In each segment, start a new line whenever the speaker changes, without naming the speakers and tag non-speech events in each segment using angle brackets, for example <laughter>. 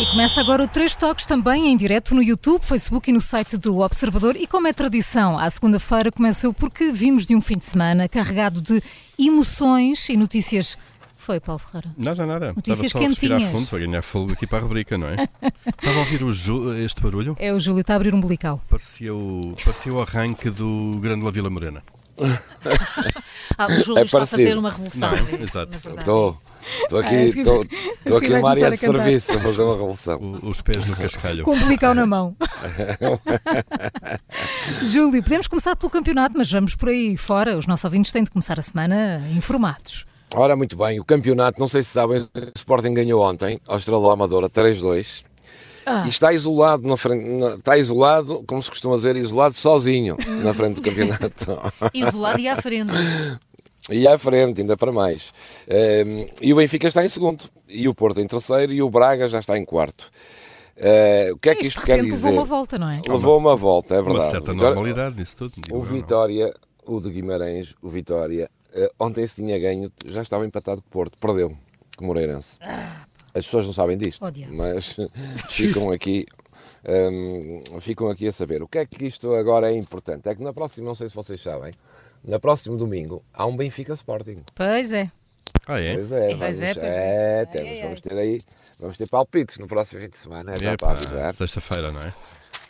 E começa agora o Três Toques também em direto no YouTube, Facebook e no site do Observador. E como é tradição, à segunda-feira começa eu porque vimos de um fim de semana carregado de emoções e notícias. Foi, Paulo Ferreira.
Nada, nada.
Notícias
Estava só a respirar
quentinhas.
fundo para ganhar fogo aqui para a rubrica, não é? Estava a ouvir o ju- este barulho?
É o Júlio, está a abrir um bulical.
Parecia o, parecia o arranque do Grande La Vila Morena.
Ah, o Júlio
É
está a
parecido.
fazer uma revolução.
Não,
é,
exato.
na verdade.
Estou. Estou
Tá Ah, a
aqui,
seguir-
estou
a
estou aqui
seguir vai
numa
começar
área
a
de
cantar.
serviço a fazer uma revolução.
O- os pés no cascalho.
Com um bulical na
<laughs>
mão. Júlio, podemos começar pelo campeonato, mas vamos por aí fora. Os nossos ouvintes têm de começar a semana informados.
Ora, muito bem, o campeonato, não sei se sabem, o Sporting ganhou ontem, Australia Amadora 3-2.
Ah.
E está isolado na frente, na- está isolado, como se costuma dizer, isolado sozinho na frente do campeonato. <laughs>
Isolado e à frente.
e à frente, ainda para mais. Ehm, E o Benfica está em segundo, e o Porto em terceiro, e o Braga já está em quarto. Eh, o que é que
Isto,
isto
de
quer
repente levou
dizer?
uma volta, não é?
Levou uma volta, é
Uma
verdade.
certa
Vitória-
normalidade nisso tudo. digo
O
eu, não. é?
Vitória, o de Guimarães, o Vitória, eh, ontem se tinha ganho, já estava empatado com o Porto, perdeu com o Moreirense. As pessoas não sabem disto,
Oh, diabo.
mas <laughs> ficam aqui. hum, ficam aqui a saber. O que é que isto agora é importante? É que na próxima, não sei se vocês sabem, na próximo domingo há um Benfica Sporting.
Pois é.
Ah, é?
Pois é,
Pois
vamos,
é, pois
é, temos- vamos ter aí, vamos ter palpites no próximo fim de semana, é, já para
Epá,
avisar.
Sexta-feira, não é?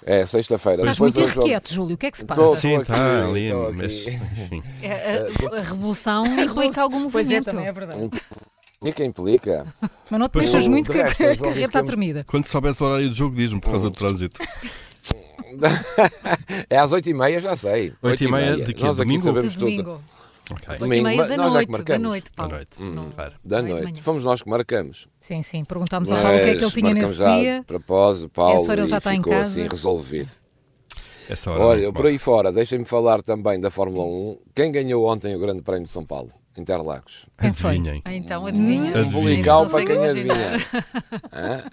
É, sexta-feira.
Estás
depois
muito
é o jogo.
irrequieto, Júlio. O que é que se passa?
Tô-
Sim,
aqui,
está ali,
estou aqui.
mas enfim.
A, a-
<laughs>
a revolução implica algum
Pois é,
movimento.
também é verdade.
Implica, implica.
Mas não te
Pois
mexas
o-
muito
de
que a
resto,
que a
os jogos
carreta
que
está
temos-
tremida.
Quando souberes o horário do jogo, diz-me por
Hum.
causa do trânsito.
É às 8h30, já sei.
8h30
8h30.
de quê?
Nós aqui
Domingo?
sabemos
De
tudo.
domingo.
Ok.
Hum.
Oito e
Domingo,
meia
mas
da
nós é que
noite. Da
marcamos.
noite,
Boa
Paulo.
noite. Claro.
Da
Oito de
noite.
manhã.
Fomos nós que marcamos.
Sim, sim. Perguntámos ao Paulo o que é que ele
Mas
tinha
marcamos
nesse
já
dia.
de propósito, Paulo,
Essa hora ele já
e
está em
ficou
casa.
assim resolvido.
Essa hora.
Olha,
não-
por aí fora, deixem-me falar também da Fórmula 1. Quem ganhou ontem o Grande Prémio de São Paulo? Interlagos.
Quem foi?
Adivinhem.
Ah, Então, adivinha?
Adivinha.
Um
Adivinha.
Cal
Não
para
sei
quem
imaginar.
adivinha.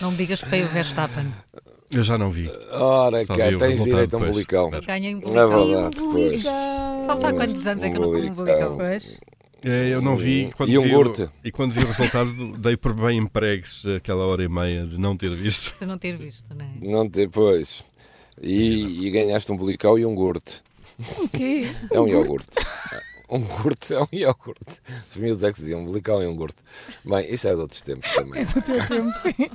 Não me digas que veio o Verstappen.
Eu já não vi.
Ora,
Só
cá,
vi o
tens
resultado
direito a um
depois.
bulicão.
Claro.
Ganhei um
É
bulicão.
verdade, pois.
Falta há quantos anos é que eu não como um
Bulicão.
bulicão?
Pois.
É, Eu não vi. Quando
E um
vi
gurte.
O, e quando vi o resultado, dei por bem empregues aquela hora e meia de não ter visto. <laughs>
De não ter visto,
<laughs>
não é?
Não te, pois. E, e ganhaste um bulicão e um gurte.
O quê?
<laughs> É um iogurte. Um gurte é um iogurte. Os miúdos é que diziam um bulicão e um gurte. Bem, isso é de outros tempos também.
Do teu tempo, sim.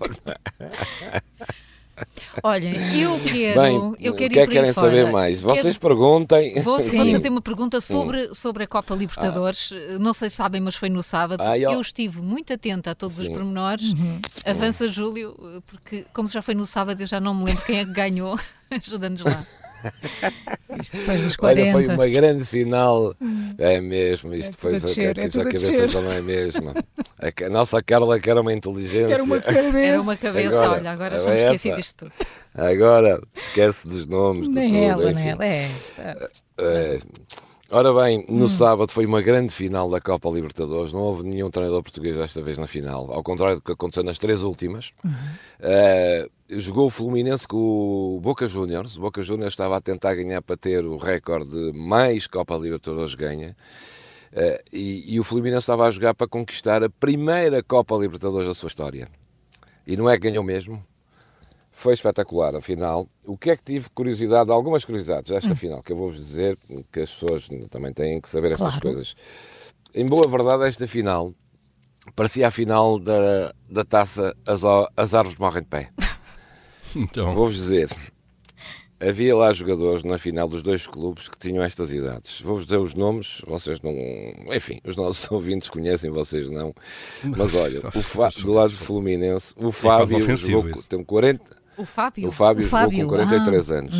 Olha, eu
<laughs>
quero,
Bem,
eu
o
quero
que
ir
é
por
que
aí
querem
fora.
saber mais?
Quero- <laughs>
Vocês perguntem.
Vou, vou
Sim.
fazer uma pergunta sobre, sobre a Copa Libertadores. Eh, Não sei se sabem, mas foi no sábado.
Ah,
eu...
eu-
estive muito atenta a todos os pormenores.
Uhum.
Avança, Júlio, porque como já foi no sábado, eu já não me lembro quem é que ganhou. <laughs> Ajuda-nos lá.
Isto depois dos 40.
Olha, foi uma grande final. É mesmo, isto
É tudo
foi.
a descer, é
a
tudo a
cabeça
descer.
já não é mesmo. A, ca- a nossa Carla que era uma inteligência. <laughs>
Era uma cabeça.
Era uma cabeça,
Agora,
olha, agora
era
já me esqueci
essa.
disto tudo.
Agora esquece dos nomes, de tudo.
Nem ela,
enfim.
nem ela. É.
É. Ora bem, no sábado foi uma grande final da Copa Libertadores. Não houve nenhum treinador português desta vez na final, ao contrário do que aconteceu nas três últimas. Eh, jogou o Fluminense com o Boca Juniors. O Boca Juniors estava a tentar ganhar para ter o recorde de mais Copa Libertadores ganha. Eh, e, e o Fluminense estava a jogar para conquistar a primeira Copa Libertadores da sua história. E não é que ganhou mesmo. Foi espetacular a final. O que é que tive curiosidade, algumas curiosidades desta final, que eu vou-vos dizer, que as pessoas também têm que saber estas
Claro.
coisas. Em boa verdade, esta final parecia a final da, da taça As, Ó- As Árvores Morrem de Pé.
Então,
Vou-vos dizer, havia lá jogadores na final dos dois clubes que tinham estas idades. Vou-vos dizer os nomes, vocês não. Enfim, os nossos <laughs> ouvintes conhecem, vocês não. Mas é olha, o Fa- do lado do Fluminense, o Fábio
ofensivo
jogou, com-
isso.
tem 40.
O Fábio.
O Fábio,
O Fábio,
jogou com 43 anos.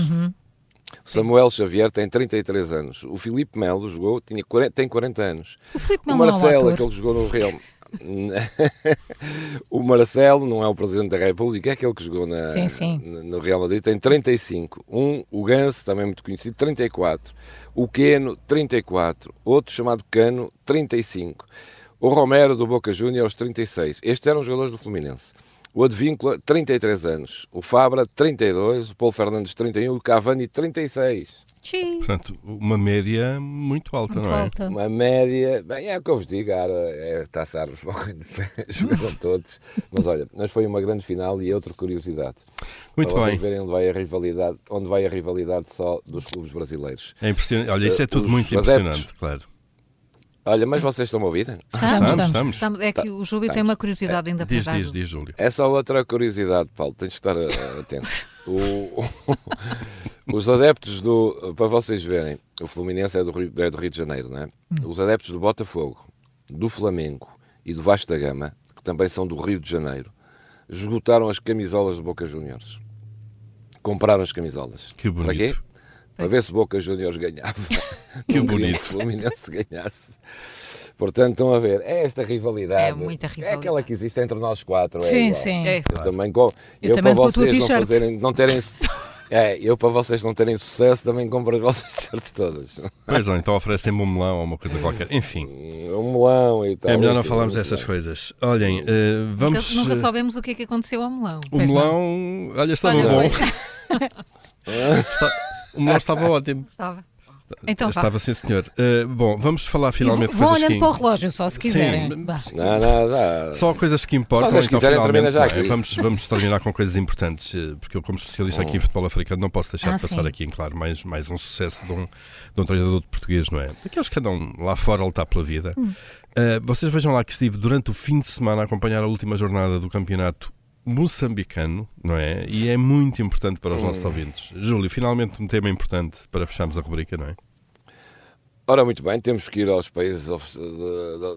O Samuel Xavier tem 33 anos. O Filipe Melo jogou, tinha 40 tem 40 anos.
O Filipe
O
Melo não é um
Marcelo,
ator.
aquele que jogou no Real. <laughs> o Marcelo não é o Presidente da República, é aquele que jogou na,
Sim, sim.
na- no Real Madrid, tem 35. Um, o Ganso, também muito conhecido, 34. O Queno, 34. Outro chamado Cano, 35. O Romero, do Boca Juniors, 36. Estes eram os jogadores do Fluminense. O Advíncula, 33 anos. O Fabra, 32. O Paulo Fernandes, 31. O Cavani, 36.
Tchim,
Portanto, uma média muito alta,
muito
não é?
alta.
Uma média. Bem, é o que eu vos digo, a Ara é <laughs> taçar-vos jogaram todos. Mas olha, mas foi uma grande final e é outra curiosidade.
Muito
Para
bem.
vocês verem onde vai a rivalidade, onde vai a rivalidade só dos clubes brasileiros.
É impressionante. Olha, isso é
Eh,
tudo
os
muito
adeptos.
impressionante, claro.
Olha, mas vocês estão a ouvir?
Estamos,
Estamos,
estamos.
estamos.
Estamos- É
tá-
que o Júlio tem
Estamos.
uma curiosidade ainda para
Diz,
dar.
diz, diz, Júlio.
Essa É outra curiosidade, Paulo, tens de estar eh, atento. O- os adeptos do. Para vocês verem, o Fluminense é do Rio, é do Rio de Janeiro, não é?
Hum.
Os adeptos do Botafogo, do Flamengo e do Vasco da Gama, que também são do Rio de Janeiro, esgotaram as camisolas do Boca Juniors. Compraram as camisolas.
Que
Para quê?
bonito.
Para ver se o Boca Juniors ganhava.
<laughs> Que
Não queriam
bonito.
Que o Fluminense ganhasse. Portanto, estão a ver, é esta rivalidade.
É muita rivalidade.
É aquela que existe entre nós quatro. é
Sim,
igual.
sim.
É.
Eu também, com, eu,
também
para
com o teu
vocês não
t-shirt.
fazerem, não terem, su- é, eu para vocês não terem sucesso também compro as vossas <laughs> t-shirts todas.
Pois não, então oferecem-me um melão ou uma coisa qualquer. Enfim,
Um melão e tal.
é melhor não
enfim, um
falarmos
Hum. muito
dessas
bem.
coisas. Olhem, eh,
Nunca,
vamos.
nunca
eh,
soubemos o que é que aconteceu ao melão.
O
Pois
melão, olha, estava
Olha,
bom.
pois.
Está- <laughs> O melão estava ótimo.
Estava. Então vá.
estava sim, senhor. Eh, bom, vamos falar
E
finalmente
vão- vão
coisas
olhando
que...
para o relógio só, se
Sim,
quiserem.
mas-
Vá.
Não, não, já.
Só coisas que importam.
Só vocês quiserem,
finalmente,
termina já
não é?
aqui.
Vamos, vamos terminar com coisas importantes, eh, porque eu, como especialista
Oh.
aqui em futebol africano, não posso deixar
Ah,
de passar
sim.
aqui em claro mais, mais um sucesso de um, de um treinador de português, não é? Daqueles que andam lá fora a lutar pela vida.
Hum.
Eh, vocês vejam lá que estive durante o fim de semana a acompanhar a última jornada do campeonato moçambicano, não é? E é muito importante para os
Hum.
nossos ouvintes. Júlio, finalmente um tema importante para fecharmos a rubrica, não é?
Ora, muito bem, temos que ir aos países of- de-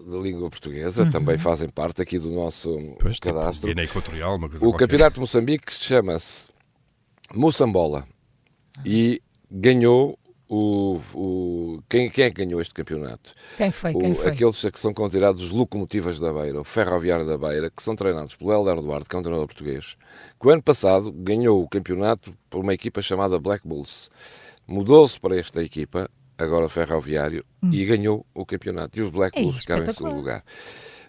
de- de língua portuguesa,
Uhum.
também fazem parte aqui do nosso
Pois, tipo,
cadastro.
Guiné Equatorial, uma coisa
O
qualquer.
campeonato de Moçambique chama-se Moçambola e ganhou o. o- quem, quem é que ganhou este campeonato?
Quem foi?
O-
Quem foi?
aqueles que são considerados os locomotivas da Beira, o ferroviário da Beira, que são treinados pelo Helder Duarte, que é um treinador português, que o ano passado ganhou o campeonato por uma equipa chamada Black Bulls. Mudou-se para esta equipa, agora ferroviário, e ganhou o campeonato. E os Black
Hum. É
Bulls ficaram em
espetacular.
segundo lugar.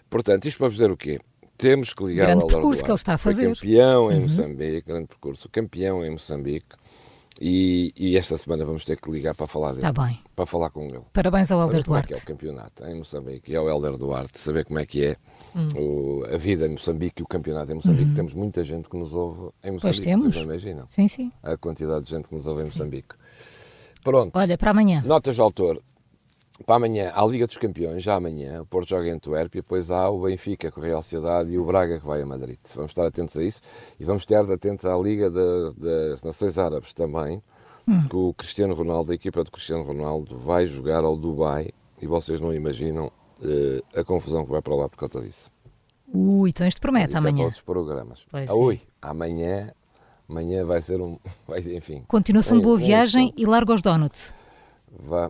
Portanto, isto para vos dizer o quê? Temos que ligar
Grande
ao Helder
percurso
Duarte.
que ele está a
Foi
fazer. Uhum.
campeão em Moçambique, grande percurso, campeão em Moçambique. E, e esta semana vamos ter que ligar para falar dele,
Está bem.
para falar com ele.
Parabéns ao
Saber
Helder
como é que
Duarte.
é o campeonato em Moçambique e ao Helder Duarte, saber como é que é
Hum.
o- a vida em Moçambique e o campeonato em Moçambique. Temos muita gente que nos ouve em Moçambique. vocês
Uhum. temos.
não imaginam
Sim, sim.
a quantidade de gente que nos ouve em Moçambique. Pronto,
Olha, para amanhã.
notas de autor. Para amanhã, há a Liga dos Campeões, já amanhã, o Porto joga em Antuérpia, depois há o Benfica com a Real Sociedade e o Braga que vai a Madrid. Vamos estar atentos a isso e vamos estar atentos à Liga das, das Nações Árabes também,
Hum.
que o Cristiano Ronaldo, a equipa do Cristiano Ronaldo, vai jogar ao Dubai e vocês não imaginam eh, a confusão que vai para lá por causa disso.
Ui, então isto
Mas
promete
isso é para
amanhã.
outros programas.
Pois
ah,
é.
ui, amanhã, amanhã vai ser um. <laughs> Vai, enfim.
Continua-se uma
Nem-
boa
nem
viagem
assunto.
e larga os donuts.
Vá.